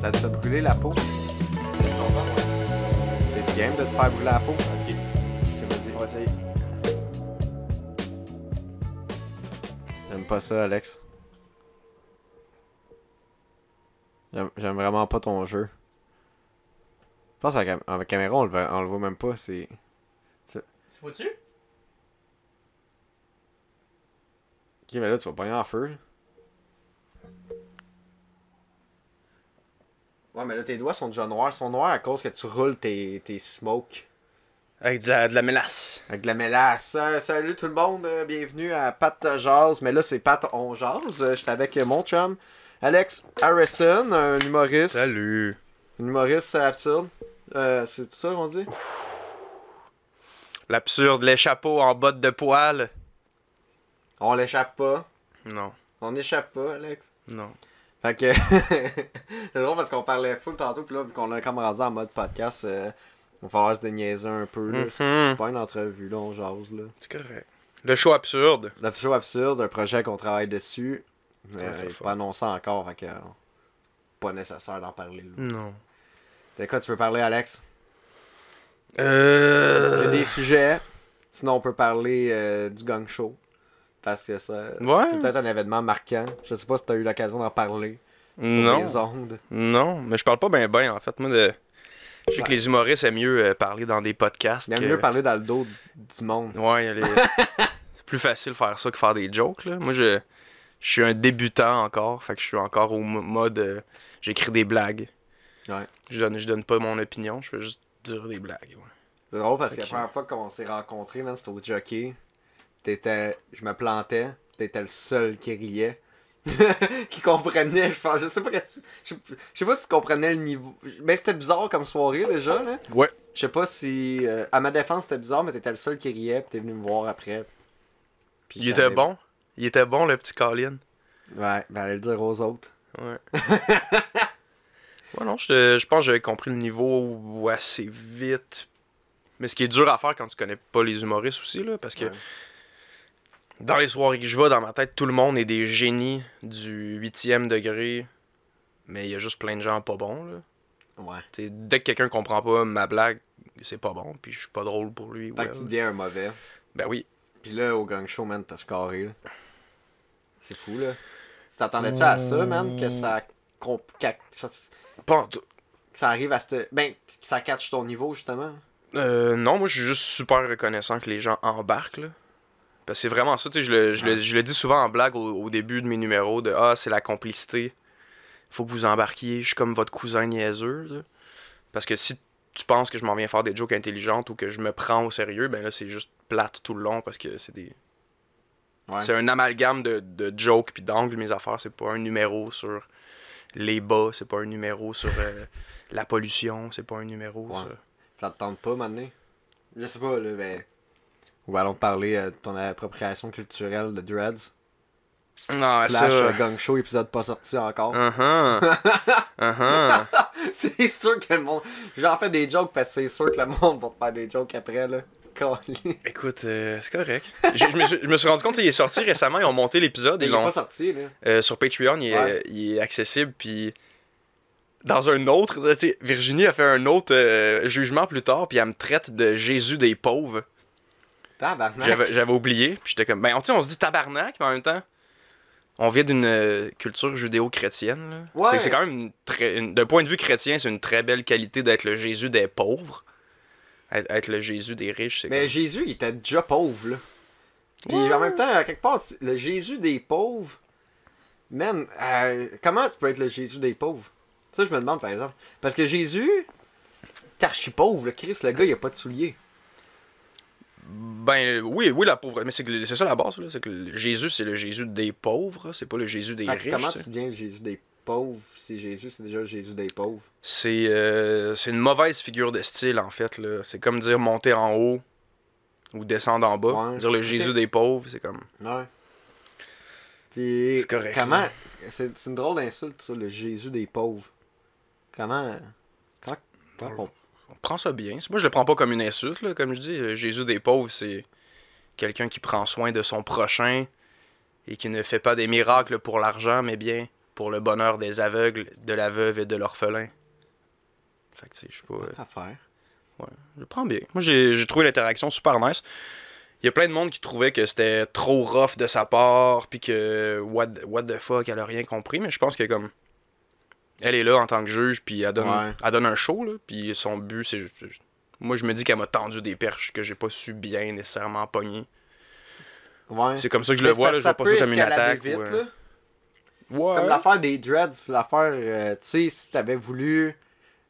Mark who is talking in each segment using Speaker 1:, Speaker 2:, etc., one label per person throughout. Speaker 1: Ça te fait brûler la peau? T'es game de te faire brûler la peau? Ok. Ok, Vas-y, on va essayer. J'aime pas ça, Alex. J'aime j'aime vraiment pas ton jeu. Je pense qu'en cam- en caméra, on le, voit- on le voit même pas. C'est.
Speaker 2: Tu vois-tu?
Speaker 1: Ok, mais là, tu vas pogner en feu. Ouais, mais là, tes doigts sont déjà noirs. Ils sont noirs à cause que tu roules tes, tes smokes.
Speaker 2: Avec de la, de la mélasse.
Speaker 1: Avec de la mélasse. Euh, salut tout le monde, euh, bienvenue à Pat Jazz. Mais là, c'est Pat On Jazz. Euh, J'étais avec euh, mon chum, Alex Harrison, un humoriste.
Speaker 2: Salut.
Speaker 1: Un humoriste euh, absurde. Euh, c'est tout ça qu'on dit?
Speaker 2: L'absurde, les chapeaux en bottes de poil.
Speaker 1: On l'échappe pas.
Speaker 2: Non,
Speaker 1: On n'échappe pas, Alex.
Speaker 2: non.
Speaker 1: Fait que. c'est drôle parce qu'on parlait full tantôt, puis là, vu qu'on a comme rendu en mode podcast, euh, il va falloir se déniaiser un peu. là.
Speaker 2: Mhm.
Speaker 1: C'est pas une entrevue, là, on jase, là.
Speaker 2: C'est correct. Le show absurde.
Speaker 1: Le show absurde, un projet qu'on travaille dessus, mais
Speaker 2: Ouais,
Speaker 1: il est
Speaker 2: fort.
Speaker 1: pas annoncé encore, fait que. euh, Pas nécessaire d'en parler, là.
Speaker 2: Non.
Speaker 1: C'est quoi tu veux parler, Alex? J'ai
Speaker 2: Euh.
Speaker 1: des sujets. Sinon, on peut parler euh, du gang show. Parce que ça.
Speaker 2: Ouais.
Speaker 1: C'est peut-être un événement marquant. Je sais pas si t'as eu l'occasion d'en parler sur les
Speaker 2: Non.
Speaker 1: ondes.
Speaker 2: Non, mais je parle pas bien bien en fait. Moi, de... je sais que les humoristes aiment mieux euh, parler dans des podcasts.
Speaker 1: Il aime
Speaker 2: que-
Speaker 1: mieux parler dans le dos du monde.
Speaker 2: Ouais, il y a les- c'est plus facile faire ça que faire des jokes. Là. Moi, je... je suis un débutant encore. Fait que je suis encore au mo- mode. euh, J'écris des blagues.
Speaker 1: Ouais.
Speaker 2: Je donne... je donne pas mon opinion, je fais juste dire des blagues. ouais.
Speaker 1: C'est drôle parce que
Speaker 2: Ok.
Speaker 1: la première fois qu'on s'est rencontrés, man, c'était au jockey. T'étais. Je me plantais. T'étais le seul qui riait. qui comprenait, je pense. Je sais pas qu'est-ce que tu- Je je sais pas si tu comprenais le niveau. Mais c'était bizarre comme soirée déjà, là.
Speaker 2: Ouais.
Speaker 1: Je sais pas si. euh, à ma défense, c'était bizarre, mais t'étais le seul qui riait, pis t'es venu me voir après. Puis
Speaker 2: Il
Speaker 1: j'avais-
Speaker 2: était bon. Il était bon, le petit Colin.
Speaker 1: Ouais, ben allez le dire aux autres.
Speaker 2: Ouais. ouais, non, je, je pense que j'avais compris le niveau assez vite. Mais ce qui est dur à faire quand tu connais pas les humoristes aussi, là, parce que
Speaker 1: Ouais.
Speaker 2: dans les soirées que je vais, dans ma tête, tout le monde est des génies du huitième degré. Mais il y a juste plein de gens pas bons, là.
Speaker 1: Ouais.
Speaker 2: Tu sais, dès que quelqu'un comprend pas ma blague, c'est pas bon, puis je suis pas drôle pour lui.
Speaker 1: Fait
Speaker 2: ouais.
Speaker 1: que tu deviens un mauvais.
Speaker 2: Ben oui.
Speaker 1: Pis là, au gang show, man, t'as scoré, là. C'est fou, là. Tu t'attendais-tu à ça, man, que ça, comp- qu'a- que ça, que
Speaker 2: Pas en tout-
Speaker 1: ça arrive à ce... Ben, que ça catch ton niveau, justement.
Speaker 2: Euh, non, moi, je suis juste super reconnaissant que les gens embarquent, là. Parce que c'est vraiment ça, tu sais, je le, je, le, je le dis souvent en blague au, au début de mes numéros, de « Ah, c'est la complicité, faut que vous embarquiez, je suis comme votre cousin niaiseux, là. Parce que si tu penses que je m'en viens faire des jokes intelligentes ou que je me prends au sérieux, ben là, c'est juste plate tout le long parce que c'est des...
Speaker 1: Ouais.
Speaker 2: C'est un amalgame de, de jokes puis d'angles, mes affaires. C'est pas un numéro sur les bas, c'est pas un numéro sur euh, la pollution, c'est pas un numéro
Speaker 1: Ouais.
Speaker 2: sur...
Speaker 1: Ça te tente pas, maintenant? Je sais pas, là, ben... Ou allons parler euh, de ton appropriation culturelle de Dreads.
Speaker 2: Non,
Speaker 1: slash euh, gang show, épisode pas sorti encore.
Speaker 2: Uh-huh. Uh-huh.
Speaker 1: c'est sûr que le monde... J'en fais des jokes parce que c'est sûr que le monde va te faire des jokes après, là. Caliste.
Speaker 2: Écoute, euh, c'est correct. Je, je me suis, je me suis rendu compte qu'il est sorti récemment, ils ont monté l'épisode.
Speaker 1: Mais
Speaker 2: Ils
Speaker 1: il est
Speaker 2: l'ont
Speaker 1: pas sorti, là.
Speaker 2: euh, sur Patreon, il est,
Speaker 1: Ouais.
Speaker 2: il est accessible. Puis dans un autre, tu sais, Virginie a fait un autre euh, jugement plus tard, puis elle me traite de Jésus des pauvres.
Speaker 1: Tabarnak.
Speaker 2: J'avais j'avais oublié, puis j'étais comme, ben on, tu sais, on se dit tabarnak, mais en même temps, on vient d'une euh, culture judéo-chrétienne. là.
Speaker 1: Ouais.
Speaker 2: C'est- C'est quand même, une très- une- d'un point de vue chrétien, c'est une très belle qualité d'être le Jésus des pauvres. Être, être le Jésus des riches, c'est
Speaker 1: Mais
Speaker 2: comme-
Speaker 1: Jésus, il était déjà pauvre, là. Puis
Speaker 2: Ouais.
Speaker 1: en même temps, à quelque part, c'est- le Jésus des pauvres, man, euh, comment tu peux être le Jésus des pauvres? Ça, je me demande, par exemple. Parce que Jésus, t'es archi pauvre, le Christ, le gars, il a pas de souliers.
Speaker 2: Ben oui, oui, la pauvreté. Mais c'est que le- c'est ça la base, là. C'est que le- Jésus, c'est le Jésus des pauvres, c'est pas le Jésus des
Speaker 1: Fait que
Speaker 2: riches.
Speaker 1: comment
Speaker 2: tu sais.
Speaker 1: tu deviens le Jésus des pauvres si Jésus, c'est déjà le Jésus des pauvres?
Speaker 2: C'est euh, c'est une mauvaise figure de style, en fait. là. C'est comme dire monter en haut ou descendre en bas.
Speaker 1: Ouais.
Speaker 2: Dire le
Speaker 1: Ok.
Speaker 2: Jésus des pauvres, c'est comme.
Speaker 1: Ouais. Puis,
Speaker 2: C'est correct,
Speaker 1: comment...
Speaker 2: là.
Speaker 1: C'est c'est une drôle d'insulte, ça, le Jésus des pauvres. Comment... Comment, comment on-
Speaker 2: On prend ça bien. C'est- Moi, je le prends pas comme une insulte, là. Comme je dis, le Jésus des pauvres, c'est quelqu'un qui prend soin de son prochain et qui ne fait pas des miracles pour l'argent, mais bien pour le bonheur des aveugles, de la veuve et de l'orphelin. Fait que, tu sais, je sais pas. euh,
Speaker 1: À faire.
Speaker 2: je le prends bien. Moi, j'ai j'ai trouvé l'interaction super nice. Il y a plein de monde qui trouvait que c'était trop rough de sa part, puis que what, the- what the fuck, elle a rien compris, mais je pense que comme. Elle est là en tant que juge, puis elle donne,
Speaker 1: Ouais.
Speaker 2: elle donne un show, là, puis son but, c'est. c'est- Moi, je me dis qu'elle m'a tendu des perches que j'ai pas su bien nécessairement pogner.
Speaker 1: Ouais.
Speaker 2: C'est comme ça que je le vois, là, je vois pas ça comme une attaque. ou, euh, ouais.
Speaker 1: Comme l'affaire des dreads, l'affaire, euh, tu sais, si t'avais voulu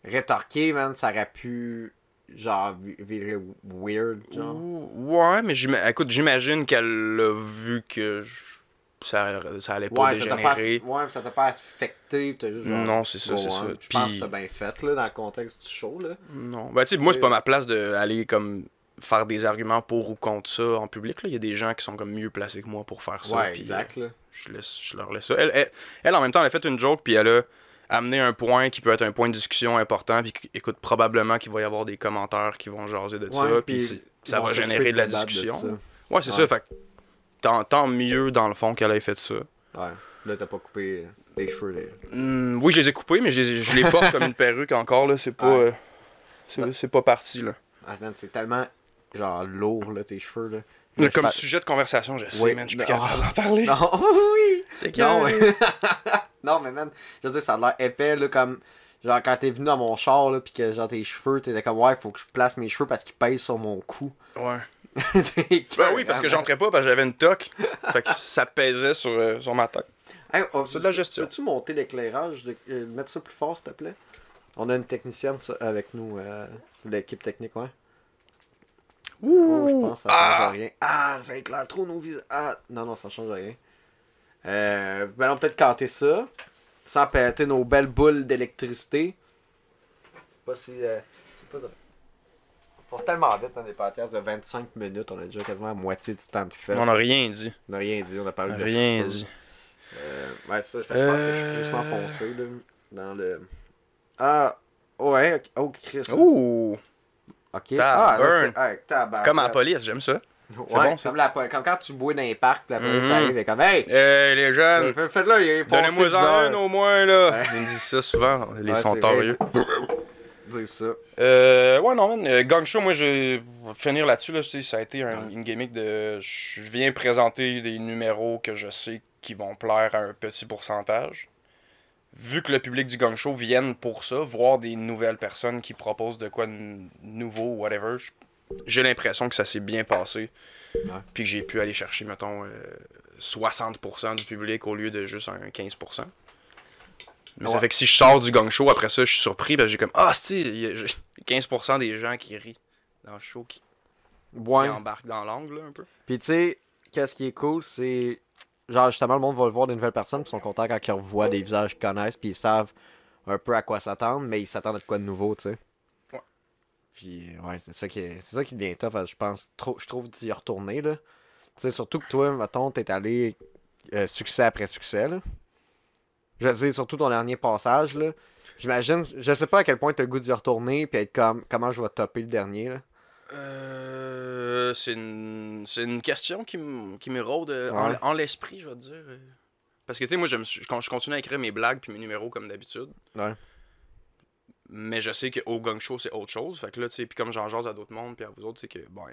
Speaker 1: rétorquer, man, ça aurait pu, genre, vi- virer weird, genre.
Speaker 2: Ouh, Ouais, mais j'ima- écoute, j'imagine qu'elle l'a vu que je- ça, ça allait pas
Speaker 1: ouais, ça t'a pas,
Speaker 2: dégénérer.
Speaker 1: ouais, ça t'a pas affecté, pis t'as juste genre...
Speaker 2: Non, c'est ça,
Speaker 1: Bon,
Speaker 2: c'est
Speaker 1: ouais,
Speaker 2: ça.
Speaker 1: Je pense
Speaker 2: Puis-
Speaker 1: que t'as bien fait, là, dans le contexte du show, là.
Speaker 2: Non. Ben, tu sais, moi, c'est
Speaker 1: C'est-
Speaker 2: pas ma place d'aller comme faire des arguments pour ou contre ça en public. là. Il y a des gens qui sont comme mieux placés que moi pour faire ça.
Speaker 1: ouais,
Speaker 2: puis,
Speaker 1: exact, là.
Speaker 2: euh, je, laisse- je leur laisse ça. Elle, elle- elle, en même temps, elle a fait une joke, puis elle a amené un point qui peut être un point de discussion important. Puis qu- écoute, probablement qu'il va y avoir des commentaires qui vont jaser de ça.
Speaker 1: Ouais,
Speaker 2: Puis
Speaker 1: puis
Speaker 2: c'est-
Speaker 1: ils
Speaker 2: ça
Speaker 1: vont
Speaker 2: va
Speaker 1: s'occuper
Speaker 2: générer de la
Speaker 1: débattre
Speaker 2: discussion.
Speaker 1: ça.
Speaker 2: ouais, c'est
Speaker 1: Ouais.
Speaker 2: ça. Fait que tant, tant mieux, dans le fond, qu'elle ait fait ça.
Speaker 1: Ouais. Là, t'as pas coupé euh, les cheveux, les...
Speaker 2: Hmm, oui, je les ai coupés, mais je les, je les porte comme une perruque encore. là. C'est pas,
Speaker 1: Ouais. Bah.
Speaker 2: euh, c'est- c'est pas parti, là.
Speaker 1: Ah, man, c'est tellement, genre, lourd, là, tes cheveux, là.
Speaker 2: Mais
Speaker 1: Là, je
Speaker 2: comme
Speaker 1: par-
Speaker 2: sujet de conversation, je sais,
Speaker 1: Oui,
Speaker 2: man, je suis plus
Speaker 1: mais-
Speaker 2: capable d'en parler.
Speaker 1: Non, oui!
Speaker 2: C'est que-
Speaker 1: Non, mais... non, mais man, je veux dire, ça a l'air épais, là, comme. Genre, quand t'es venu dans mon char, là, pis que, genre, tes cheveux, t'étais comme, ouais, faut que je place mes cheveux parce qu'ils pèsent sur mon cou.
Speaker 2: Ouais.
Speaker 1: T'es
Speaker 2: Ben
Speaker 1: cœur,
Speaker 2: oui, parce
Speaker 1: hein,
Speaker 2: que
Speaker 1: man.
Speaker 2: j'entrais pas, parce que j'avais une toque. fait que ça pesait sur, euh, sur ma toque.
Speaker 1: Hey, oh,
Speaker 2: C'est de la gestion.
Speaker 1: Peux-tu monter l'éclairage, de- euh, mettre ça plus fort, s'il te plaît On a une technicienne ça, avec nous, euh, l'équipe technique, ouais. Oh, je pense que ça change
Speaker 2: Ah!
Speaker 1: rien. Ah, ça éclaire trop nos visages. Ah, non, non, ça change rien. Euh, ben, on va peut-être canter ça. Sans péter nos belles boules d'électricité. Je sais pas si. euh, je sais pas, ça- On passe tellement vite dans des podcasts de 25 minutes. On a déjà quasiment la moitié du temps de Ah, fait.
Speaker 2: On a rien dit.
Speaker 1: On n'a rien dit, on a parlé de
Speaker 2: Rien
Speaker 1: cheveux.
Speaker 2: dit.
Speaker 1: Euh, ouais, c'est ça, je, je pense que je suis
Speaker 2: Euh.
Speaker 1: crissement foncé, là, Dans le. Ah, ouais, ok. oh, Chris.
Speaker 2: Ouh!
Speaker 1: ok. Ah, là,
Speaker 2: tabarn.
Speaker 1: c'est- hey, tabarnak.
Speaker 2: Comme en police, j'aime ça.
Speaker 1: Ouais,
Speaker 2: C'est bon, ça.
Speaker 1: Comme, la, pol- comme quand tu bois dans les parcs, puis la police
Speaker 2: Mhm.
Speaker 1: arrive et comme Hey!
Speaker 2: Hey, Eh, les jeunes!
Speaker 1: Faites-le, il est passé
Speaker 2: Donnez-moi
Speaker 1: 10
Speaker 2: en une
Speaker 1: heures.
Speaker 2: au moins, là!
Speaker 1: Ouais.
Speaker 2: Ils me disent ça souvent, les
Speaker 1: Ouais,
Speaker 2: sont
Speaker 1: c'est
Speaker 2: torieux.
Speaker 1: Dis ça.
Speaker 2: Euh, ouais, non, man. euh, Gang Show, moi, je vais finir là-dessus. Là, tu sais, ça a été un-
Speaker 1: Ouais.
Speaker 2: une gimmick de. Je viens présenter des numéros que je sais qui vont plaire à un petit pourcentage. Vu que le public du Gang Show vienne pour ça, voir des nouvelles personnes qui proposent de quoi de n- nouveau, whatever, je- j'ai l'impression que ça s'est bien passé. Puis que j'ai pu aller chercher, mettons, euh, 60% du public au lieu de juste un 15%. Mais ça
Speaker 1: Ouais.
Speaker 2: fait que si je sors du gang show après ça, je suis surpris parce que j'ai comme Ah, si, il y a- j'ai 15% des gens qui rient dans le show, qui, qui
Speaker 1: Ouais.
Speaker 2: embarquent dans l'angle là, un peu.
Speaker 1: Puis tu sais, qu'est-ce qui est cool, c'est. Genre, justement, le monde va le voir des nouvelles personnes, puis ils sont contents quand ils revoient des visages qu'ils connaissent, puis ils savent un peu à quoi s'attendre, mais ils s'attendent à de quoi de nouveau, tu sais.
Speaker 2: Ouais.
Speaker 1: Puis, ouais, c'est ça qui, est- c'est ça qui devient tough, je pense. Trop, je trouve d'y retourner, là. Tu sais, surtout que toi, mettons, t'es allé euh, succès après succès, là. Je veux dire, surtout ton dernier passage, là. J'imagine, je sais pas à quel point t'as le goût d'y retourner, puis être comme, comment je vais topper le dernier, là.
Speaker 2: Euh, c'est une, c'est une question qui, m- qui me rôde euh, en,
Speaker 1: Ouais.
Speaker 2: en l'esprit, je vais te dire. euh. Parce que, tu sais, moi, je, me suis- je con- je continue à écrire mes blagues puis mes numéros comme d'habitude.
Speaker 1: Ouais.
Speaker 2: Mais je sais qu'au gang show, c'est autre chose. Fait que là, tu sais, puis comme j'en jase à d'autres mondes puis à vous autres, c'est que, bon, euh,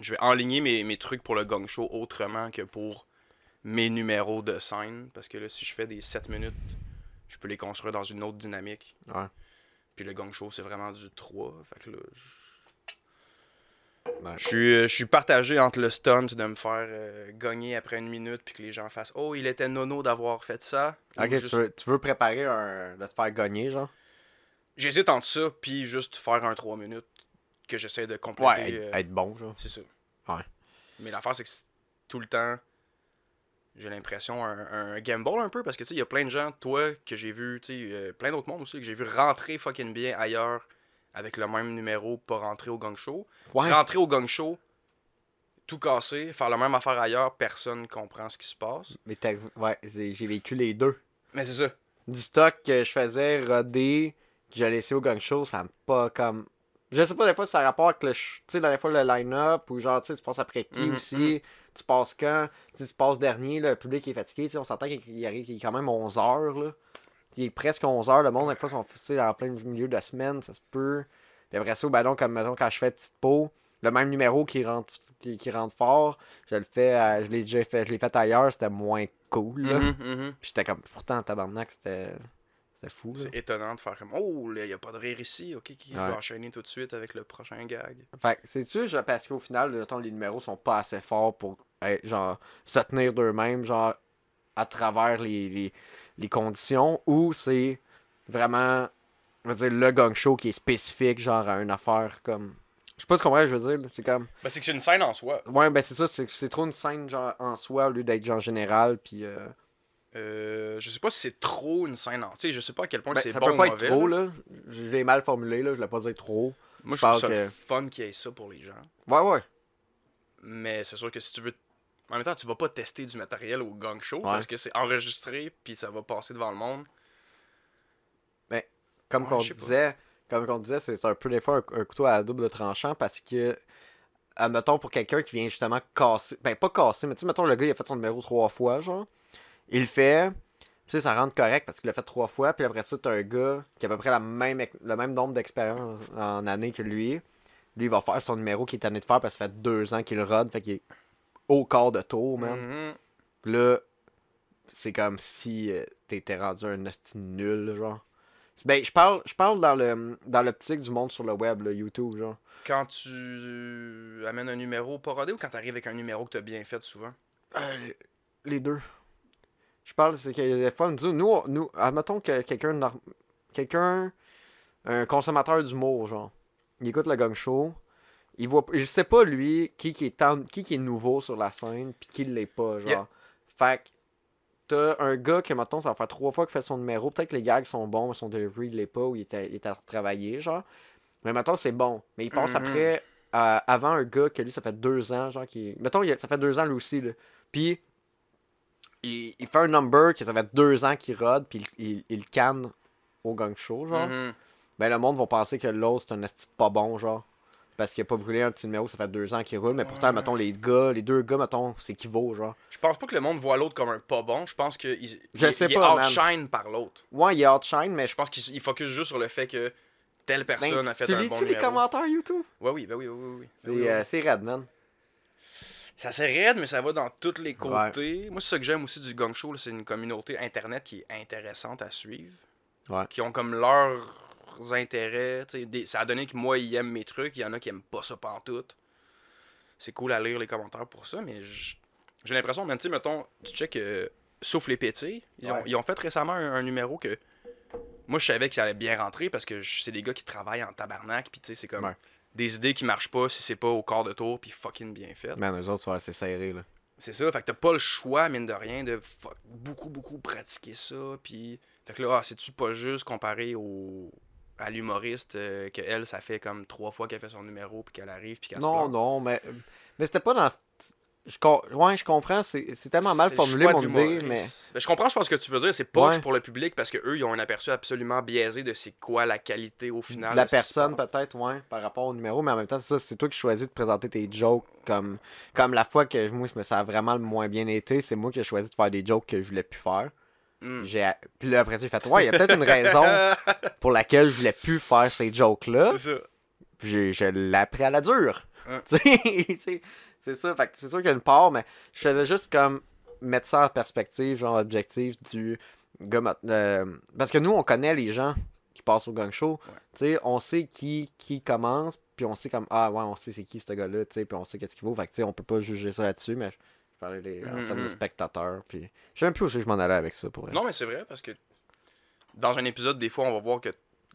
Speaker 2: je vais enligner mes, mes trucs pour le gang show autrement que pour mes numéros de scène. Parce que là, si je fais des 7 minutes, je peux les construire dans une autre dynamique.
Speaker 1: Ouais.
Speaker 2: Puis le gang show, c'est vraiment du 3. Fait que là,
Speaker 1: Ouais.
Speaker 2: je suis, euh, je suis partagé entre le stunt de me faire euh, gagner après une minute puis que les gens fassent Oh, il était nono d'avoir fait ça. Ou
Speaker 1: Ok,
Speaker 2: juste-
Speaker 1: tu, veux, tu veux préparer un. de te faire gagner, genre?
Speaker 2: J'hésite entre ça puis juste faire un 3 minutes que j'essaie de compléter.
Speaker 1: Ouais, être,
Speaker 2: euh,
Speaker 1: être bon, genre.
Speaker 2: C'est ça.
Speaker 1: Ouais.
Speaker 2: Mais l'affaire, c'est que c'est tout le temps, j'ai l'impression, un, un gamble un peu parce que tu sais, il y a plein de gens, toi, que j'ai vu, tu sais, euh, plein d'autres mondes aussi, que j'ai vu rentrer fucking bien ailleurs avec le même numéro, pas rentrer au gang show.
Speaker 1: Ouais.
Speaker 2: rentrer au gang show, tout casser, faire la même affaire ailleurs, personne comprend ce qui se passe.
Speaker 1: Mais t'as- ouais, j'ai j'ai vécu les deux.
Speaker 2: Mais c'est ça.
Speaker 1: Du stock que je faisais roder, que j'ai laissé au gang show, ça me pas comme. Je sais pas, des fois, ça a rapport avec le, ch- tu sais, des fois, le line-up, ou genre, tu sais, tu passes après qui
Speaker 2: Mhm,
Speaker 1: aussi,
Speaker 2: mhm.
Speaker 1: tu passes quand, tu sais, tu passes dernier, le public est fatigué, tu sais, on s'entend qu'il qu'il arrive, qu'il est quand même 11 h là. Il est presque 11 h le monde, des fois, sont, tu sais, en plein milieu de la semaine, ça se peut. Puis après ça, ben donc, comme, mettons, quand je fais petite peau, le même numéro qui rentre, qui, qui rentre fort, je le fais, à- je l'ai déjà fait, je l'ai fait ailleurs, c'était moins cool, là.
Speaker 2: Mhm, mhm.
Speaker 1: Puis j'étais comme, pourtant, tabarnak, c'était, c'était fou, là.
Speaker 2: C'est étonnant de faire comme Oh, là, il n'y a pas de rire ici. Ok, ok, je vais
Speaker 1: Ouais.
Speaker 2: enchaîner tout de suite avec le prochain gag.
Speaker 1: Fait que, sais-tu, genre, parce qu'au final, mettons, les numéros sont pas assez forts pour être, genre, se tenir d'eux-mêmes, genre, à travers les, les, les conditions, ou c'est vraiment, je veux dire, le gang show qui est spécifique, genre, à une affaire comme. Je sais pas ce qu'on je veux dire, là, c'est comme.
Speaker 2: Ben, c'est que c'est une scène en soi.
Speaker 1: Ouais, ben c'est ça, c'est c'est trop une scène, genre, en soi, au lieu d'être, genre, général, puis. euh,
Speaker 2: Euh, je sais pas si c'est trop une scène en. Tu sais, je sais pas à quel point
Speaker 1: ben,
Speaker 2: c'est
Speaker 1: ça
Speaker 2: bon
Speaker 1: peut
Speaker 2: ou
Speaker 1: pas être
Speaker 2: mauvais.
Speaker 1: trop, là. Je l'ai mal formulé, là, je l'ai pas dit trop.
Speaker 2: Moi, je
Speaker 1: Je
Speaker 2: trouve
Speaker 1: pense
Speaker 2: ça
Speaker 1: que-
Speaker 2: fun qu'il y ait ça pour les gens.
Speaker 1: Ouais, ouais.
Speaker 2: Mais c'est sûr que si tu veux. En même temps, tu vas pas tester du matériel au gang show parce que c'est enregistré puis ça va passer devant le monde.
Speaker 1: comme
Speaker 2: Ouais,
Speaker 1: qu'on
Speaker 2: je sais pas.
Speaker 1: disait, comme qu'on disait, c'est c'est un peu des fois un, un couteau à double tranchant parce que admettons pour quelqu'un qui vient justement casser, ben pas casser, mais tu sais mettons le gars il a fait son numéro trois fois genre, il le fait, tu sais ça rentre correct parce qu'il l'a fait trois fois, puis après ça t'as un gars qui a à peu près la même ex- le même nombre d'expériences en année que lui, lui il va faire son numéro qu'il est tanné de faire parce que ça fait deux ans qu'il le run, fait qu'il est au corps de tour man.
Speaker 2: Mhm.
Speaker 1: Puis là, c'est comme si euh, t'étais rendu un hostie nul, genre. Ben, je parle, je parle dans le dans l'optique du monde sur le web, là, YouTube, genre.
Speaker 2: Quand tu amènes un numéro pas rodé ou quand t'arrives avec un numéro que t'as bien fait souvent
Speaker 1: Euh, les deux. Je parle, c'est que des fois, nous, nous, on- nous admettons que quelqu'un, norm- quelqu'un, un consommateur d'humour, genre, il écoute le gang show, il voit, il sait pas, lui, qui, qui, est, en- qui, qui est nouveau sur la scène, puis qui l'est pas, genre.
Speaker 2: Yeah.
Speaker 1: Fait que, t'as un gars qui, mettons, ça va faire trois fois qu'il fait son numéro, peut-être que les gags sont bons, mais son delivery, il l'est pas, ou il est à, il est à retravailler, genre. Mais mettons, c'est bon. Mais il passe
Speaker 2: Mhm.
Speaker 1: après, à- avant un gars que lui, ça fait deux ans, genre, qui. Mettons, il a- ça fait deux ans, lui aussi, là. Puis, il, il fait un number que ça fait deux ans qu'il rode, puis il, il, il le canne au gang show, genre.
Speaker 2: Mhm.
Speaker 1: Ben, le monde va penser que l'autre, c'est un esti de pas bon, genre. Parce qu'il a pas brûlé un petit numéro, ça fait deux ans qu'il roule, mais pourtant,
Speaker 2: Ouais.
Speaker 1: mettons, les gars, les deux gars, mettons, c'est qui vaut, genre.
Speaker 2: Je pense pas que le monde voit l'autre comme un pas bon. Je pense que il,
Speaker 1: Je
Speaker 2: il-
Speaker 1: sais
Speaker 2: il
Speaker 1: pas,
Speaker 2: est
Speaker 1: man.
Speaker 2: outshine par l'autre.
Speaker 1: Ouais, il est outshine, mais je
Speaker 2: Je pense qu'il s- il focus juste sur le fait que telle
Speaker 1: Ben,
Speaker 2: personne a fait
Speaker 1: tu
Speaker 2: un
Speaker 1: lis-tu
Speaker 2: bon
Speaker 1: les
Speaker 2: numéro.
Speaker 1: commentaires YouTube?
Speaker 2: Ouais, oui, ben oui, oui, oui, oui.
Speaker 1: C'est
Speaker 2: Ben oui, oui.
Speaker 1: euh, c'est raide, man.
Speaker 2: Ça c'est raide, mais ça va dans tous les côtés. Moi, c'est ça que j'aime aussi du Gong Show, là, c'est une communauté internet qui est intéressante à suivre.
Speaker 1: Ouais.
Speaker 2: Qui ont comme leurs intérêts. tu sais, des- Ça a donné que moi, ils aiment mes trucs, il y en a qui aiment pas ça pantoute. C'est cool à lire les commentaires pour ça, mais j- j'ai l'impression, même, tu sais, mettons, tu check euh, Sauf les pétis, ils, ont,
Speaker 1: Ouais.
Speaker 2: ils ont fait récemment un, un numéro que. Moi, je savais que ça allait bien rentrer parce que je- c'est des gars qui travaillent en tabarnak, puis tu sais, c'est comme
Speaker 1: Ouais.
Speaker 2: des idées qui marchent pas si c'est pas au corps de tour, puis fucking bien fait.
Speaker 1: Man, eux autres, c'est assez serré, là.
Speaker 2: C'est ça, fait que t'as pas le choix, mine de rien, de fuck, beaucoup, beaucoup pratiquer ça. Puis, fait que là, ah, c'est-tu pas juste comparé au, à l'humoriste euh, que elle, ça fait comme trois fois qu'elle fait son numéro, puis qu'elle arrive, puis qu'elle
Speaker 1: Non,
Speaker 2: se
Speaker 1: non, mais, mais c'était pas dans. Je com- Ouais, je comprends, c'est c'est tellement mal formulé mon idée, mais.
Speaker 2: Ben, je comprends, je pense que tu veux dire, c'est poche
Speaker 1: Ouais.
Speaker 2: pour le public parce que eux ils ont un aperçu absolument biaisé de c'est quoi la qualité au final.
Speaker 1: la
Speaker 2: de ce qui se
Speaker 1: personne
Speaker 2: passe.
Speaker 1: peut-être ouais par rapport au numéro mais en même temps c'est ça c'est toi qui choisis de présenter tes jokes comme comme la fois que moi je me sens vraiment le moins bien été c'est moi qui ai choisi de faire des jokes que je voulais plus faire
Speaker 2: Hmm.
Speaker 1: j'ai puis là après ça j'ai fait ouais il y a peut-être une raison Hein? pour laquelle je voulais plus faire ces jokes là
Speaker 2: c'est ça.
Speaker 1: je, je l'ai appris à la dure.
Speaker 2: Hein.
Speaker 1: Tu sais, tu sais, c'est ça. Fait que c'est sûr qu'il y a une part, mais je faisais juste comme mettre ça en perspective, genre objectif du gars. mat- euh, parce que nous, on connaît les gens qui passent au gang show.
Speaker 2: Ouais.
Speaker 1: Tu sais, on sait qui, qui commence, puis on sait comme ah ouais, on sait c'est qui ce gars-là, tu sais, puis on sait qu'est-ce qu'il vaut. Fait que tu sais, on peut pas juger ça là-dessus, mais je parlais des- en termes
Speaker 2: Mhm.
Speaker 1: de spectateurs, puis je sais même plus où c'est que je m'en allais avec ça pour vrai.
Speaker 2: Non, mais c'est vrai parce que dans un épisode, des fois, on va voir que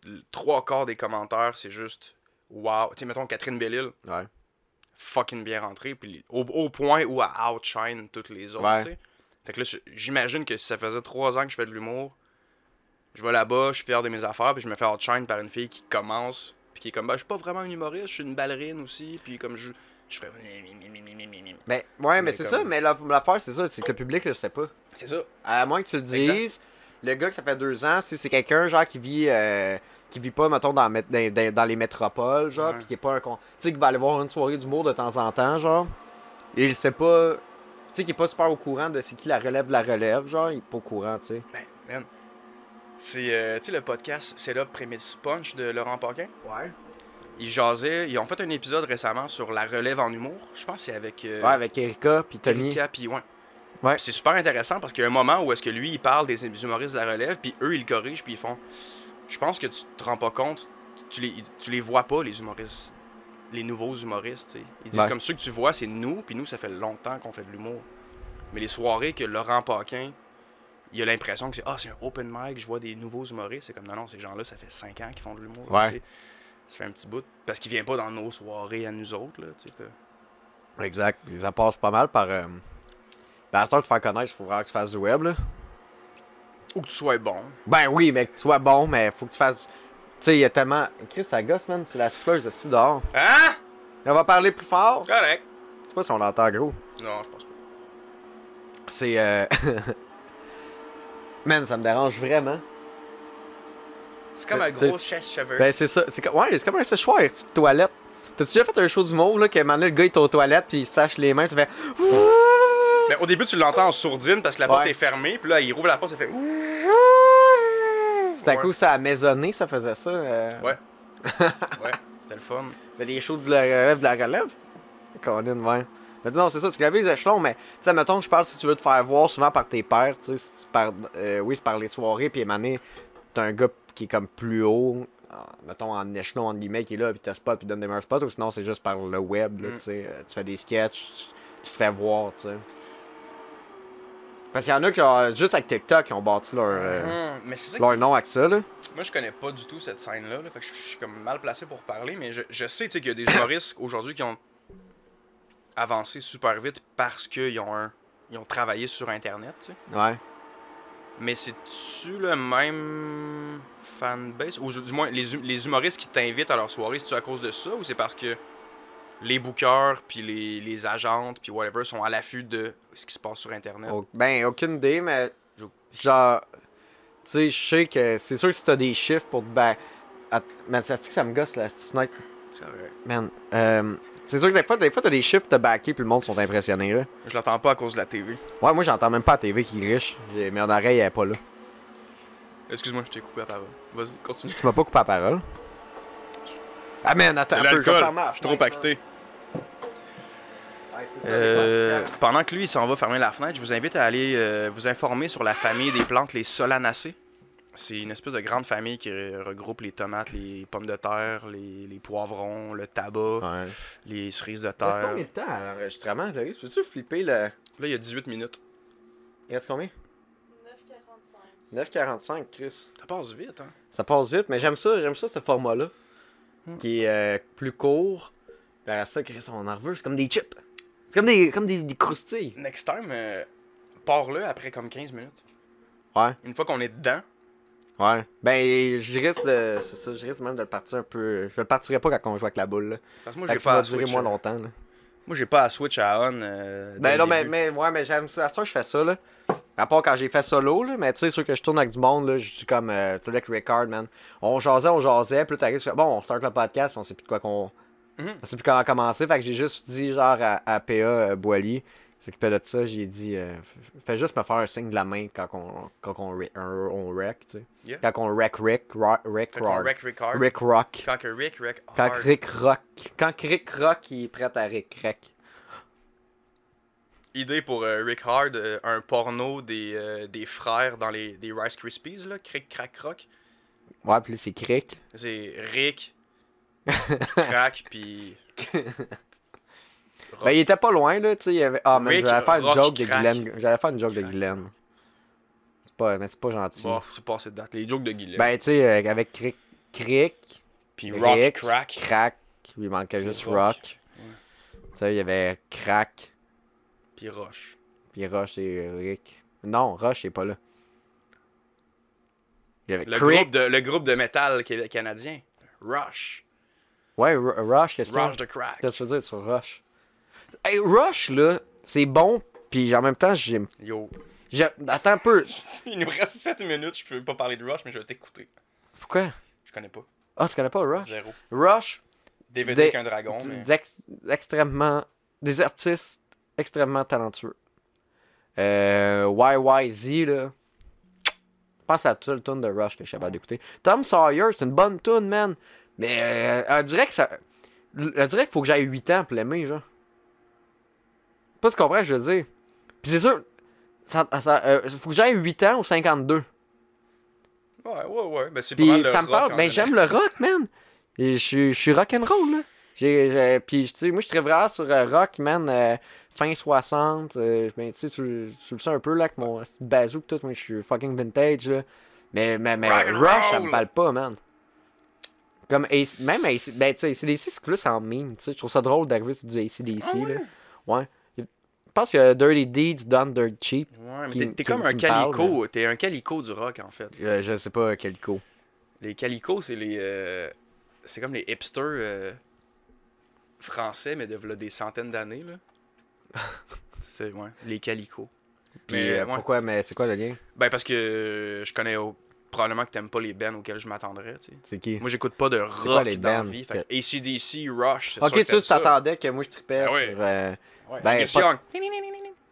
Speaker 2: l- trois quarts des commentaires, c'est juste Wow. Tu sais, mettons Catherine Bellil,
Speaker 1: Ouais.
Speaker 2: fucking bien rentrée, puis au, au point où elle outshine toutes les autres.
Speaker 1: Ouais.
Speaker 2: tu sais. Fait que là, je- j'imagine que si ça faisait trois ans que je fais de l'humour, je vais là-bas, je suis fier de mes affaires, puis je me fais outshine par une fille qui commence, puis qui est comme, bah, je suis pas vraiment un humoriste, je suis une ballerine aussi, puis comme je. Je ferais.
Speaker 1: Ben, ouais, mais,
Speaker 2: Mais
Speaker 1: c'est
Speaker 2: comme-
Speaker 1: ça, mais la- l'affaire, c'est ça, c'est que le public le sait pas.
Speaker 2: C'est ça.
Speaker 1: À moins que tu le dises, le gars que ça fait deux ans, si c'est quelqu'un genre qui vit, euh, qui- qui vit pas, mettons, dans, la mét- dans, dans- dans les métropoles, genre,
Speaker 3: Ouais.
Speaker 1: puis qui est pas un con. Tu sais, qui va aller voir une soirée d'humour de temps en temps, genre, et il sait pas. Tu sais, qui est pas super au courant de c'est qui la relève de la relève, genre, il est pas au courant, tu sais.
Speaker 2: Ben, man. C'est, euh, tu sais, le podcast Setup Premise Punch de Laurent Paquin.
Speaker 1: Ouais.
Speaker 2: Ils jasaient, ils ont fait un épisode récemment sur la relève en humour. Je pense que c'est avec. euh,
Speaker 1: Ouais, avec Erika, puis Tony.
Speaker 2: Erika, puis ouais.
Speaker 1: Ouais.
Speaker 2: Puis C'est super intéressant parce qu'il y a un moment où est-ce que lui, il parle des humoristes de la relève, puis eux, ils le corrigent, puis ils font. Je pense que tu te rends pas compte, tu les, tu les vois pas, les humoristes, les nouveaux humoristes. tu sais. Ils disent
Speaker 1: Ouais.
Speaker 2: comme ceux que tu vois, c'est nous, puis nous, ça fait longtemps qu'on fait de l'humour. Mais les soirées que Laurent Paquin, il a l'impression que c'est Ah, c'est un open mic, je vois des nouveaux humoristes. C'est comme Non, non, ces gens-là, ça fait 5 ans qu'ils font de l'humour.
Speaker 1: Ouais.
Speaker 2: tu sais. Ça fait un petit bout. Parce qu'il vient pas dans nos soirées à nous autres. Là, tu sais, t'as-
Speaker 1: Exact. Puis ça passe pas mal par. Euh... Ben, à ce temps que tu te faire connaître, il faut vraiment que tu fasses du web, là.
Speaker 2: Ou que tu sois bon.
Speaker 1: Ben oui, mais que tu sois bon, mais faut que tu fasses. Tu sais, il y a tellement. Chris, ça gosse, man, c'est la souffleuse de style dehors.
Speaker 2: Hein?
Speaker 1: On va parler plus fort.
Speaker 2: Correct.
Speaker 1: Je sais pas si on l'entend gros.
Speaker 2: Non, je pense pas.
Speaker 1: C'est. Euh... man, ça me dérange vraiment.
Speaker 2: C'est comme un
Speaker 1: C'est-
Speaker 2: gros
Speaker 1: c'est-
Speaker 2: chasse-cheveux.
Speaker 1: Ben, c'est ça. C'est comme... Ouais, c'est comme un séchoir, une petite toilette. T'as-tu déjà fait un show d'humour, là, que maintenant le gars est aux toilettes, puis il se sache les mains, ça fait.
Speaker 2: Mais au début, tu l'entends en sourdine parce que la porte
Speaker 1: Ouais.
Speaker 2: est fermée, puis là, il rouvre la porte, ça fait ouh.
Speaker 1: C'est à
Speaker 2: Ouais.
Speaker 1: coup, ça a maisonné, ça faisait ça. euh.
Speaker 2: Ouais. Ouais, c'était le fun.
Speaker 1: Mais les shows de la relève, de la relève. Colin, ouais. Mais dis, non, c'est ça, tu gravis les échelons, mais tu sais, mettons que je parle si tu veux te faire voir souvent par tes pairs, tu sais, si tu par- euh, oui, c'est par les soirées, puis mané, t'as un gars qui est comme plus haut, en- mettons en échelon, en guillemets, qui est là, puis t'as spot, puis donne des meilleurs spots, ou sinon c'est juste par le web, là,
Speaker 2: Mm.
Speaker 1: tu sais, euh, tu fais des sketchs, tu, tu te fais voir, tu sais. Parce qu'il y en a qui, genre, juste avec TikTok, ils ont bâti leur, euh,
Speaker 2: Hum, mais c'est ça
Speaker 1: leur
Speaker 2: que
Speaker 1: nom avec ça, là.
Speaker 2: moi, je connais pas du tout cette scène-là. là, fait que je je suis comme mal placé pour parler, mais je, je sais tu sais, qu'il y a des humoristes aujourd'hui qui ont avancé super vite parce qu'ils ont un- Ils ont travaillé sur Internet, tu sais.
Speaker 1: Ouais.
Speaker 2: Mais c'est-tu le même fanbase? Ou je- du moins, les, hu- les humoristes qui t'invitent à leur soirée, c'est-tu à cause de ça? Ou c'est parce que les bookers, puis les, les agentes, puis whatever, sont à l'affût de ce qui se passe sur Internet?
Speaker 1: Au- Ben, aucune idée, mais
Speaker 2: Je-
Speaker 1: genre, tu sais, je sais que c'est sûr que si t'as des chiffres pour te ba- Att- Man, ça se dit que ça me gosse la petite fenêtre.
Speaker 2: C'est vrai.
Speaker 1: Man, euh, c'est sûr que des fois, des fois t'as des chiffres pour te backer puis le monde sont impressionnés, là.
Speaker 2: Je l'entends pas à cause de la TV.
Speaker 1: Ouais, moi, j'entends même pas la TV qui riche. J'ai- Mon oreille, elle est pas là.
Speaker 2: Excuse-moi, je t'ai coupé la parole. Vas-y, continue.
Speaker 1: Tu m'as pas coupé la parole. Ah, man, attends, un peu, je vais fermer la fenêtre, là. Ouais, c'est ça,
Speaker 2: Euh,
Speaker 1: les fois.
Speaker 2: pendant que lui, il s'en va fermer la fenêtre, je vous invite à aller euh, vous informer sur la famille des plantes, les solanacées. C'est une espèce de grande famille qui euh, regroupe les tomates, les pommes de terre, les, les poivrons, le tabac,
Speaker 1: Ouais.
Speaker 2: les cerises
Speaker 1: Il
Speaker 2: de
Speaker 1: reste
Speaker 2: terre.
Speaker 1: combien de temps à l'enregistrement, Clarisse? Peux-tu flipper le.
Speaker 2: Là, il y a 18 minutes.
Speaker 1: Il reste combien
Speaker 4: 9,45.
Speaker 1: 9,45, Chris.
Speaker 2: Ça passe vite, hein?
Speaker 1: Ça passe vite, mais j'aime ça, j'aime ça ce format-là. Qui est euh, plus court. Puis après ça, Chris, on en veut, c'est comme des chips. C'est comme des, comme des, des croustilles.
Speaker 2: Next time, euh, pars-le après comme 15 minutes.
Speaker 1: Ouais.
Speaker 2: Une fois qu'on est dedans,
Speaker 1: Ouais. Ben, je risque de. C'est ça, je risque même de le partir un peu. Je le partirai pas quand on joue avec la boule, là.
Speaker 2: parce que moi,
Speaker 1: Fait
Speaker 2: j'ai
Speaker 1: que ça
Speaker 2: pas,
Speaker 1: va
Speaker 2: à
Speaker 1: durer
Speaker 2: switch.
Speaker 1: moins
Speaker 2: euh,
Speaker 1: longtemps, là.
Speaker 2: Moi, j'ai pas à switch à on. euh, dès
Speaker 1: Ben
Speaker 2: le
Speaker 1: non, mais,
Speaker 2: début.
Speaker 1: mais ouais, mais j'aime ça. À ça, je fais ça, là. À part quand j'ai fait solo, là. Mais tu sais, sûr que je tourne avec du monde, là. Je suis comme. euh, tu sais, avec Ricard, man. On jasait, on jasait. Puis là, t'arrives, tu fais, bon, on start le podcast, puis on sait plus de quoi qu'on.
Speaker 2: Mhm.
Speaker 1: On sait plus comment commencer. Fait que j'ai juste dit, genre, à, à PA euh, Boilly, qui s'occupait de ça, j'ai dit, euh, f- fais juste me faire un signe de la main quand on, quand on, re- un- on rec, tu sais.
Speaker 2: Yeah.
Speaker 1: Quand on rec, rec, rock, rec,
Speaker 2: Fait qu'on
Speaker 1: rock.
Speaker 2: rec record.
Speaker 1: Rick rock.
Speaker 2: Quand que Rick, Rick,
Speaker 1: Quand
Speaker 2: hard.
Speaker 1: Rick rock. Quand Rick rock, il est prêt à Rick rec.
Speaker 2: idée pour euh, Rick Hard, euh, un porno des, euh, des frères dans les des Rice Krispies, là, Cric, Crac, Croc.
Speaker 1: Ouais, puis là, c'est Crick.
Speaker 2: C'est Rick, Crac, puis.
Speaker 1: Ben, il était pas loin, là, tu sais. il y avait- Ah, mais
Speaker 2: Rick,
Speaker 1: j'allais faire une
Speaker 2: Rock,
Speaker 1: joke de
Speaker 2: crack.
Speaker 1: Guylaine. J'allais faire une joke de
Speaker 2: Crack.
Speaker 1: Guylaine. C'est pas, mais c'est pas gentil.
Speaker 2: Bon, c'est passé de date. Les jokes de Guillaume.
Speaker 1: Ben, tu sais, euh, avec Crick, Crick,
Speaker 2: puis
Speaker 1: Rick,
Speaker 2: Rock, Crack.
Speaker 1: Crack, il manquait juste
Speaker 2: Rock.
Speaker 1: Rock.
Speaker 2: Ouais.
Speaker 1: Tu sais, il y avait Crack,
Speaker 2: Puis Roche.
Speaker 1: puis Rush et Rick. Non, Rush, il est pas là. Il y avait
Speaker 2: Le
Speaker 1: Crick.
Speaker 2: groupe, de, le groupe de métal qué- canadien. Rush.
Speaker 1: Ouais, Ru- Rush, qu'est-ce
Speaker 2: Rush
Speaker 1: que
Speaker 2: de Crack.
Speaker 1: Qu'est-ce que tu veux dire sur Rush? Hey, Rush, là, c'est bon, puis en même temps, j'aime.
Speaker 2: Yo.
Speaker 1: j'aime- Attends un peu.
Speaker 2: Il nous reste 7 minutes, je peux pas parler de Rush, mais je vais t'écouter.
Speaker 1: Pourquoi?
Speaker 2: Je connais pas.
Speaker 1: Ah, tu connais pas Rush?
Speaker 2: Zéro.
Speaker 1: Rush,
Speaker 2: DVD
Speaker 1: Des-
Speaker 2: qu'un dragon,
Speaker 1: d-
Speaker 2: mais.
Speaker 1: d'ex- extrêmement... Des artistes extrêmement talentueux. Euh, YYZ, là. Je pense à la seule tune de Rush que je suis capable d'écouter. Tom Sawyer, c'est une bonne tune, man. Mais euh, on dirait que ça... On dirait qu'il faut que j'aille 8 ans pour l'aimer, genre. Pas tu comprends ce que je veux dire. Puis c'est sûr, ça, ça, euh, faut que j'aille 8 ans ou 52.
Speaker 2: Ouais, ouais, ouais. Ben, c'est pas mal
Speaker 1: Puis
Speaker 2: le
Speaker 1: ça me
Speaker 2: rock
Speaker 1: parle,
Speaker 2: en
Speaker 1: mais
Speaker 2: général.
Speaker 1: j'aime le rock, man. Et Je suis- je suis rock'n'roll, là. J'ai, j'ai- puis, tu sais, moi, je suis très vraiment sur euh, rock, man, euh, fin 60. euh, ben, tu sais, tu, tu le sens un peu, là, avec mon bazou pis tout. Moi, je suis fucking vintage, là. Mais, mais, mais
Speaker 2: Rock'n'roll.
Speaker 1: Rush, ça me parle pas, man. Comme AC même AC, ben, tu sais, ACDC, c'est plus en meme, tu sais. Je trouve ça drôle d'arriver sur du ACDC,
Speaker 2: Ah ouais?
Speaker 1: là. Ouais. Je pense que Dirty Deeds done dirt cheap.
Speaker 2: Ouais, mais
Speaker 1: qui-
Speaker 2: t'es- t'es
Speaker 1: qui-
Speaker 2: comme un
Speaker 1: qui me parle,
Speaker 2: calico. T'es un calico du rock, en fait.
Speaker 1: Je, Euh, je sais pas quel coup.
Speaker 2: Les calicots, c'est les. euh, c'est comme les hipsters euh, français, mais de v'là des centaines d'années, là. c'est, ouais, les calicots.
Speaker 1: Puis,
Speaker 2: Mais,
Speaker 1: euh,
Speaker 2: ouais.
Speaker 1: pourquoi, mais c'est quoi le lien?
Speaker 2: Ben, parce que euh, je connais au- probablement que t'aimes pas les bands auxquels je m'attendrais, tu sais.
Speaker 1: C'est qui?
Speaker 2: Moi, j'écoute pas de rock
Speaker 1: quoi les
Speaker 2: dans la
Speaker 1: bands
Speaker 2: vie. Fait que ACDC, Rush, c'est sûr
Speaker 1: Ok,
Speaker 2: que
Speaker 1: tu sais,
Speaker 2: t'aimes
Speaker 1: tu
Speaker 2: ça.
Speaker 1: t'attendais que moi je tripais
Speaker 2: Ben oui.
Speaker 1: sur. euh,
Speaker 2: Ouais,
Speaker 1: Ben,
Speaker 2: Angus
Speaker 1: pas-
Speaker 2: Young.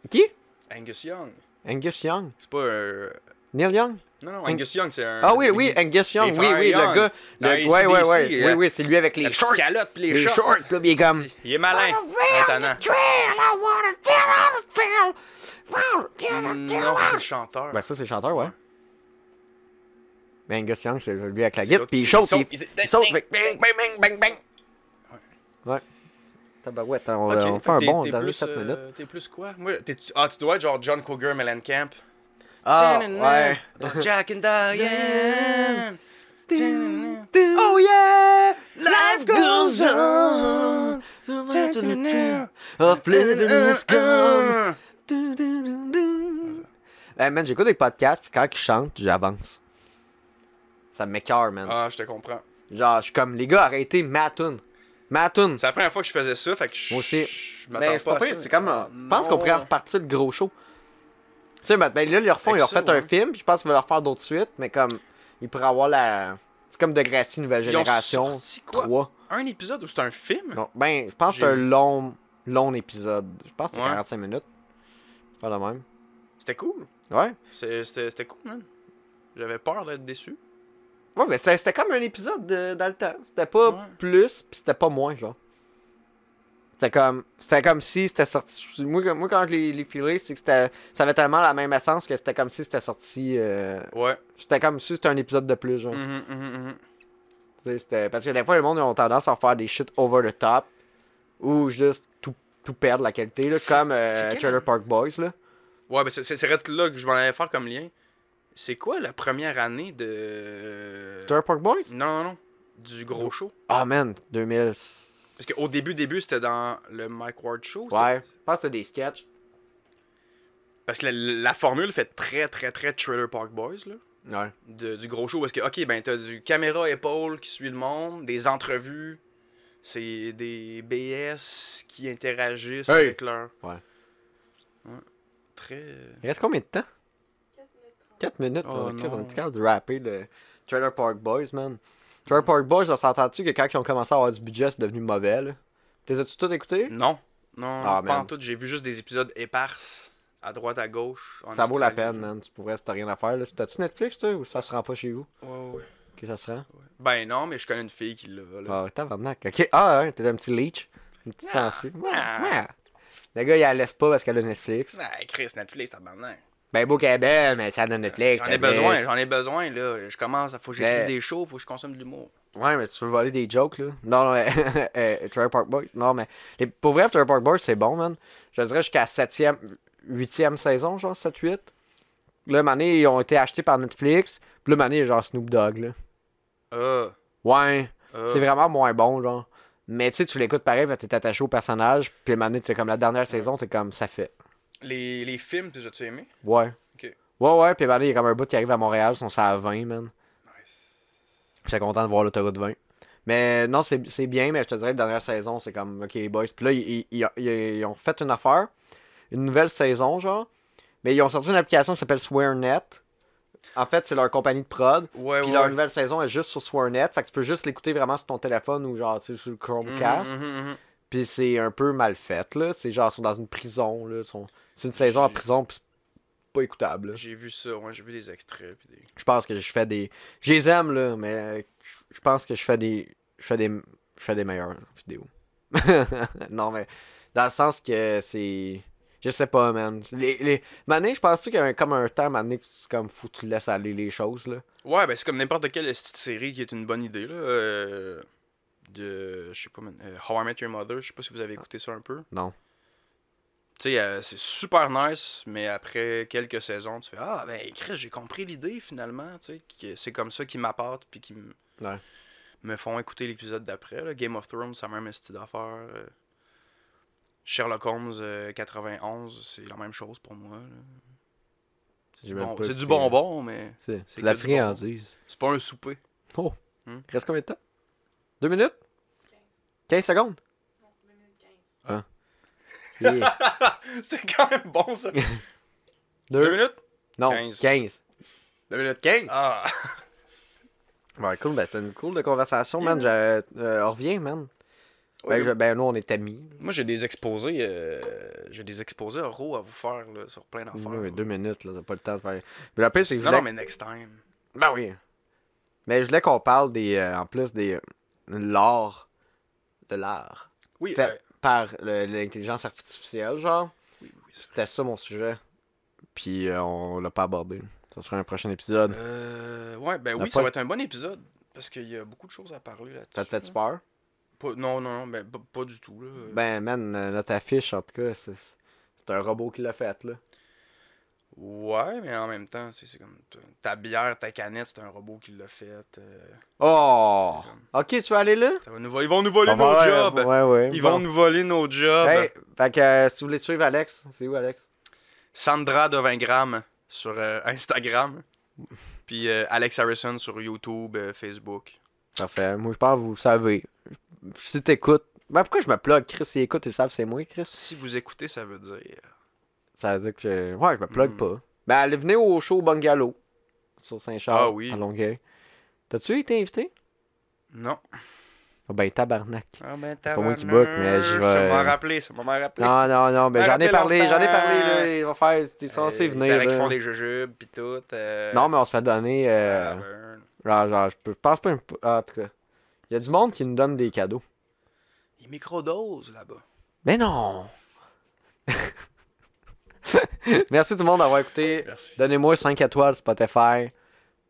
Speaker 1: Qui
Speaker 2: Angus Young.
Speaker 1: Angus Young
Speaker 2: C'est pas un...
Speaker 1: Neil Young
Speaker 2: Non, non,
Speaker 1: Ang-
Speaker 2: Angus Young, c'est un...
Speaker 1: Ah oui, oui, Angus Young,
Speaker 2: Euh, les
Speaker 1: oui,
Speaker 2: frères
Speaker 1: oui, le
Speaker 2: Young.
Speaker 1: gars. Le...
Speaker 2: Dans
Speaker 1: ouais, ouais,
Speaker 2: AC/DC,
Speaker 1: ouais.
Speaker 2: euh,
Speaker 1: Oui, oui, c'est lui avec les.
Speaker 2: Les calottes pis les,
Speaker 1: les
Speaker 2: shorts.
Speaker 1: shorts, là, pis il est comme-
Speaker 2: Il est
Speaker 1: Ah,
Speaker 2: malin. Étonnant. Hmm, Mm, Non, c'est le chanteur.
Speaker 1: Ben, ça, c'est le chanteur, ouais. Mais Angus Young, c'est lui avec la
Speaker 2: C'est
Speaker 1: guitare,
Speaker 2: l'autre
Speaker 1: puis il
Speaker 2: qui-
Speaker 1: chante,
Speaker 2: saute,
Speaker 1: puis
Speaker 2: il-
Speaker 1: il saute,
Speaker 2: bang,
Speaker 1: fait bang, bang, bang, bang, bang. Ouais. Tabarouette, on,
Speaker 2: Ok,
Speaker 1: on fait un
Speaker 2: t'es-
Speaker 1: bon
Speaker 2: t'es
Speaker 1: dernier
Speaker 2: plus,
Speaker 1: 7
Speaker 2: euh,
Speaker 1: minutes.
Speaker 2: T'es plus quoi? Moi, t'es- tu- ah, tu dois être genre John Cougar, Mellencamp.
Speaker 1: Ah,
Speaker 2: Ta-na-na.
Speaker 1: ouais.
Speaker 2: Dans Jack and Diane. Ta-na-na.
Speaker 1: Oh yeah!
Speaker 2: Life goes on. Ta-na-na.
Speaker 1: Uh,
Speaker 2: Ta-na-na.
Speaker 1: Hey man, j'écoute des podcasts, puis quand ils chantent, j'avance. Ça m'écœure, man.
Speaker 2: Ah, je te comprends.
Speaker 1: Genre, je suis comme, les gars, arrêtez ma tune. Ma tune.
Speaker 2: C'est la première fois que je faisais ça, fait que je.
Speaker 1: Moi aussi.
Speaker 2: Je m'attends
Speaker 1: Ben, c'est pas
Speaker 2: à
Speaker 1: pire,
Speaker 2: ça.
Speaker 1: c'est comme. euh, Je pense qu'on
Speaker 2: Non.
Speaker 1: pourrait repartir le gros show. Tu sais, ben, ben là, ils le refont,
Speaker 2: Avec
Speaker 1: ils ont
Speaker 2: ça,
Speaker 1: refait un
Speaker 2: ouais.
Speaker 1: film, puis je pense qu'ils veulent refaire d'autres suites, mais comme, ils pourraient avoir la. C'est comme Degrassi Nouvelle
Speaker 2: Ils ont
Speaker 1: Génération
Speaker 2: sorti quoi?
Speaker 1: 3.
Speaker 2: Un épisode ou c'est un film
Speaker 1: Non, ben, je pense que c'est
Speaker 2: J'ai
Speaker 1: un long, long épisode. Je pense que c'est
Speaker 2: Ouais.
Speaker 1: 45 minutes. Pas le même.
Speaker 2: C'était cool.
Speaker 1: Ouais.
Speaker 2: C'est- C'était c'était cool, man. J'avais peur d'être déçu.
Speaker 1: Ouais, mais c'est- c'était comme un épisode de- dans le temps. C'était pas
Speaker 2: Ouais.
Speaker 1: plus, pis c'était pas moins, genre. C'était comme, c'était comme si c'était sorti. Moi, quand- moi quand je l'ai l'ai filé, c'est que c'était, ça avait tellement la même essence que c'était comme si c'était sorti. euh,
Speaker 2: Ouais.
Speaker 1: c'était comme si c'était un épisode de plus, genre.
Speaker 2: Mhm, mhm, mhm.
Speaker 1: Tu sais, c'était- Parce que des fois, le monde ils ont tendance à faire des shit over the top ou juste tout, tout perdre la qualité, là,
Speaker 2: C'est-
Speaker 1: comme euh,
Speaker 2: c'est quel-
Speaker 1: Trailer Park Boys, là.
Speaker 2: Ouais, ben c'est c'est- c'est vrai que là que je m'en allais faire comme lien. C'est quoi la première année de.
Speaker 1: Trailer Park Boys?
Speaker 2: Non, non, non. Du gros show.
Speaker 1: Ah, man, 2000.
Speaker 2: Parce qu'au début, début, c'était dans le Mike Ward Show. tu sais.
Speaker 1: Ouais, je pense que c'était des sketchs.
Speaker 2: Parce que la, la formule fait très, très, très Trailer Park Boys, là.
Speaker 1: Ouais.
Speaker 2: de- du gros show parce que, ok, ben t'as du caméra épaule qui suit le monde, des entrevues, c'est des BS qui interagissent
Speaker 1: Hey!
Speaker 2: avec leur.
Speaker 1: Ouais.
Speaker 2: Ouais. Très. euh,
Speaker 1: Il reste combien de temps?
Speaker 4: 4 minutes 30.
Speaker 1: 4 minutes,
Speaker 2: Oh,
Speaker 1: on, Chris, on
Speaker 2: non.
Speaker 1: est capable de rapper le Trailer Park Boys, man. Trailer Park Boys, on s'entend-tu que quand ils ont commencé à avoir du budget, c'est devenu mauvais, là? T'es as-tu tout écouté?
Speaker 2: Non, non,
Speaker 1: Ah,
Speaker 2: pas en
Speaker 1: man.
Speaker 2: tout. J'ai vu juste des épisodes éparses, à droite, à gauche. en
Speaker 1: ça vaut la peine,
Speaker 2: Australie.
Speaker 1: man. Tu pourrais, si t'as rien à faire, là. T'as-tu Netflix, toi, ou ça se rend pas chez vous?
Speaker 2: Ouais, ouais,
Speaker 1: Que ça se rend?
Speaker 2: ouais. Ben non, mais je connais une fille qui l'a. là.
Speaker 1: Ah, tabarnak. Ok. Ah, hein, t'es un petit leech. Une petite
Speaker 2: Ah,
Speaker 1: sangsue.
Speaker 2: ah.
Speaker 1: Ouais. Le gars, il la laisse pas parce qu'elle a Netflix.
Speaker 2: Ah, Chris, Netflix, ça maintenant.
Speaker 1: Ben, beau qu'elle est belle, mais ça a Netflix.
Speaker 2: J'en ai
Speaker 1: t'as
Speaker 2: besoin,
Speaker 1: Netflix.
Speaker 2: j'en ai besoin, là. Je commence, faut que j'écrive
Speaker 1: Mais-
Speaker 2: des shows, faut que je consomme de l'humour.
Speaker 1: Ouais, mais tu veux voler des jokes, là. Non, non, mais, euh, Trailer Park Boys. Non, mais. les- pour vrai, Trailer Park Boys, c'est bon, man. Je dirais jusqu'à 7e, 8e saison, genre, 7-8. Là, mané, ils ont été achetés par Netflix. Puis là, mané, il y a genre Snoop Dogg, là.
Speaker 2: Ah,
Speaker 1: Ouais,
Speaker 2: ah.
Speaker 1: c'est vraiment moins bon, genre. Mais tu sais, tu l'écoutes pareil, parce que t'es attaché au personnage. Puis mané, t'es comme la dernière saison, t'es comme, ça fait.
Speaker 2: Les, les films, tu as-tu aimé?
Speaker 1: Ouais.
Speaker 2: Ok.
Speaker 1: Ouais, ouais, puis mané, il y a comme un bout qui arrive à Montréal, ils sont ça à 20, man.
Speaker 2: Nice.
Speaker 1: J'étais content de voir l'autoroute 20. Mais non, c'est c'est bien, mais je te dirais, la dernière saison, c'est comme, ok, les boys. Puis là, ils, ils- ils- ils ont fait une affaire, une nouvelle saison, genre. Mais ils ont sorti une application qui s'appelle SwearNet. En fait, c'est leur compagnie de prod.
Speaker 2: Ouais,
Speaker 1: Puis
Speaker 2: ouais.
Speaker 1: leur nouvelle saison est juste sur Swearnet. Fait que tu peux juste l'écouter vraiment sur ton téléphone ou genre tu sais, sur le
Speaker 2: Mhm,
Speaker 1: Chromecast.
Speaker 2: mhm, mhm.
Speaker 1: Puis c'est un peu mal fait, là. C'est genre, ils sont dans une prison, là. Ils sont- C'est une saison en prison, puis c'est pas écoutable. là.
Speaker 2: J'ai vu ça, ouais, j'ai vu des extraits. puis des-
Speaker 1: Je pense que je fais des. Je les aime, là, mais euh, je- je pense que je fais des. Je fais des. Je fais des meilleures vidéos. non, mais. Dans le sens que c'est. Je sais pas, man. Les, les... Mané, je pense qu'il y a un- comme un temps, Mané, que tu, comme, faut que tu laisses aller les choses, là.
Speaker 2: Ouais, ben c'est comme n'importe quelle petite série qui est une bonne idée, là. euh, de. Je sais pas, man, euh, How I Met Your Mother, je sais pas si vous avez écouté ça un peu.
Speaker 1: Non.
Speaker 2: Tu sais, euh, c'est super nice, mais après quelques saisons, tu fais Ah, ben, Chris, j'ai compris l'idée finalement, tu sais. que C'est comme ça qu'ils m'apportent, puis qu'ils me-
Speaker 1: Ouais.
Speaker 2: me font écouter l'épisode d'après, là. Game of Thrones, ça même style d'affaire. euh, Sherlock Holmes euh, 91, c'est la même chose pour moi. là. C'est
Speaker 1: J'ai
Speaker 2: du,
Speaker 1: même
Speaker 2: bon-
Speaker 1: pas
Speaker 2: c'est du
Speaker 1: écouté,
Speaker 2: bonbon, mais
Speaker 1: C'est
Speaker 2: C'est
Speaker 1: de la
Speaker 2: que du bon.
Speaker 1: friandise.
Speaker 2: c'est pas un souper.
Speaker 1: Oh.
Speaker 2: Hmm.
Speaker 1: Reste combien de temps Deux minutes 15 secondes Ah.
Speaker 4: Non, 2 minutes 15.
Speaker 1: Et-
Speaker 2: Ah. C'est quand même bon ça. Deux
Speaker 1: Deux.
Speaker 2: minutes?
Speaker 1: Non,
Speaker 2: 15.
Speaker 1: 15. Deux minutes 15
Speaker 2: Ah!
Speaker 1: Ouais, cool, ben c'est une cool de conversation, man. Je- euh, on revient, man. Ben, je- ben, nous, on est amis.
Speaker 2: Moi j'ai des exposés euh, j'ai des exposés oraux à vous faire là, sur plein d'affaires.
Speaker 1: Ouais,
Speaker 2: là.
Speaker 1: mais deux minutes, là, t'as pas le temps de faire. Mais la pire, c'est que je
Speaker 2: non,
Speaker 1: voulais.
Speaker 2: non, mais next time.
Speaker 1: Ben oui. Mais je voulais qu'on parle des. euh, en plus, des. euh, l'art. De l'art.
Speaker 2: Oui,
Speaker 1: Fait
Speaker 2: euh,
Speaker 1: par le- l'intelligence artificielle, genre.
Speaker 2: oui, oui, oui, c'est-
Speaker 1: C'était ça mon sujet. Puis euh, on l'a pas abordé. Ça sera un prochain épisode.
Speaker 2: Euh, ouais, ben
Speaker 1: On a
Speaker 2: oui,
Speaker 1: pas-
Speaker 2: ça va être un bon épisode. Parce qu'il y a beaucoup de choses à parler là-dessus.
Speaker 1: Ça te fait
Speaker 2: là.
Speaker 1: peur?
Speaker 2: Pas- Non, non, non, ben, pas, pas du tout. Là.
Speaker 1: Ben, man, euh, notre affiche, en tout cas, c'est c'est un robot qui l'a faite, là.
Speaker 2: Ouais, mais en même temps, c'est c'est comme ta- ta bière, ta canette, c'est un robot qui l'a fait. euh,
Speaker 1: Oh! Ok, tu vas aller là?
Speaker 2: ça va nous voler- Ils vont nous voler
Speaker 1: Bon,
Speaker 2: nos
Speaker 1: ouais,
Speaker 2: jobs.
Speaker 1: Ouais, ouais.
Speaker 2: Ils
Speaker 1: bon.
Speaker 2: vont nous voler nos jobs.
Speaker 1: Hey, fait que euh, si vous voulez suivre Alex, c'est où Alex?
Speaker 2: Sandra de 20 grammes sur euh, Instagram. Puis euh, Alex Harrison sur YouTube, euh, Facebook.
Speaker 1: Parfait. Moi, je pense que vous savez. Si t'écoutes. Ben, pourquoi je me plug, Chris? S'ils écoutent, ils savent c'est moi, Chris.
Speaker 2: Si vous écoutez, ça veut dire.
Speaker 1: Ça veut dire que je... Ouais, je me plug
Speaker 2: Mm.
Speaker 1: pas. Ben, allez, venez au show Bungalow. Sur Saint-Charles.
Speaker 2: Ah oui.
Speaker 1: À Longueuil. T'as-tu été invité?
Speaker 2: Non.
Speaker 1: Ah ben, tabarnak.
Speaker 2: Ah ben,
Speaker 1: pas moi qui book, mais je vais-
Speaker 2: Ça m'a rappelé, ça m'a rappelé.
Speaker 1: Non, non, non. Ben,
Speaker 2: Ça
Speaker 1: j'en ai
Speaker 2: rappelle
Speaker 1: parlé. J'en ai
Speaker 2: longtemps.
Speaker 1: parlé, là. Ils vont faire. T'es censé
Speaker 2: Euh, il
Speaker 1: venir.
Speaker 2: paraît qu'ils
Speaker 1: là.
Speaker 2: font des jujubes, pis tout. euh,
Speaker 1: Non, mais on se fait donner. euh,
Speaker 2: ah, ben,
Speaker 1: genre, genre, je peux- je pense pas. une- ah, en tout cas. Il y a du monde qui nous donne des cadeaux.
Speaker 2: Il microdose là-bas.
Speaker 1: Mais non! Merci tout le monde d'avoir écouté.
Speaker 2: Merci.
Speaker 1: Donnez-moi 5 étoiles Spotify.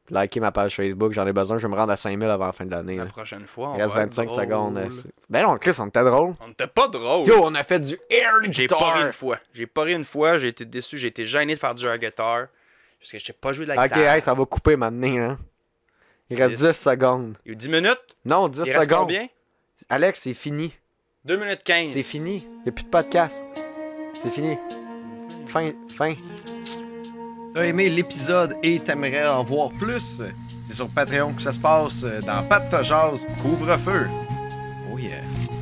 Speaker 1: Likez ma page Facebook. J'en ai besoin. Je vais me rendre à 5000 avant la fin de l'année.
Speaker 2: La
Speaker 1: là.
Speaker 2: prochaine fois, on
Speaker 1: Il reste
Speaker 2: va être
Speaker 1: 25
Speaker 2: drôle.
Speaker 1: secondes. euh, c'est- Ben non, Chris, on était drôle.
Speaker 2: On n'était pas drôle.
Speaker 1: Yo, on a fait du air
Speaker 2: J'ai pas ri
Speaker 1: guitar.
Speaker 2: une fois. J'ai pas ri une fois, j'ai été déçu, j'ai été gêné de faire du air guitar. Parce que je sais pas jouer de la
Speaker 1: Ok,
Speaker 2: guitare.
Speaker 1: hey, ça va couper maintenant. Hein. Il reste 10
Speaker 2: Dix.
Speaker 1: secondes.
Speaker 2: Il y a 10 minutes.
Speaker 1: Non, 10
Speaker 2: Il reste
Speaker 1: secondes.
Speaker 2: combien?
Speaker 1: Alex, c'est fini.
Speaker 2: 2 minutes 15.
Speaker 1: C'est fini. Il n'y a plus de podcast. C'est fini. Fin. Fin.
Speaker 3: T'as aimé l'épisode et t'aimerais en voir plus? C'est sur Patreon que ça se passe euh, dans Pat Jazz Couvre-feu. Oh yeah.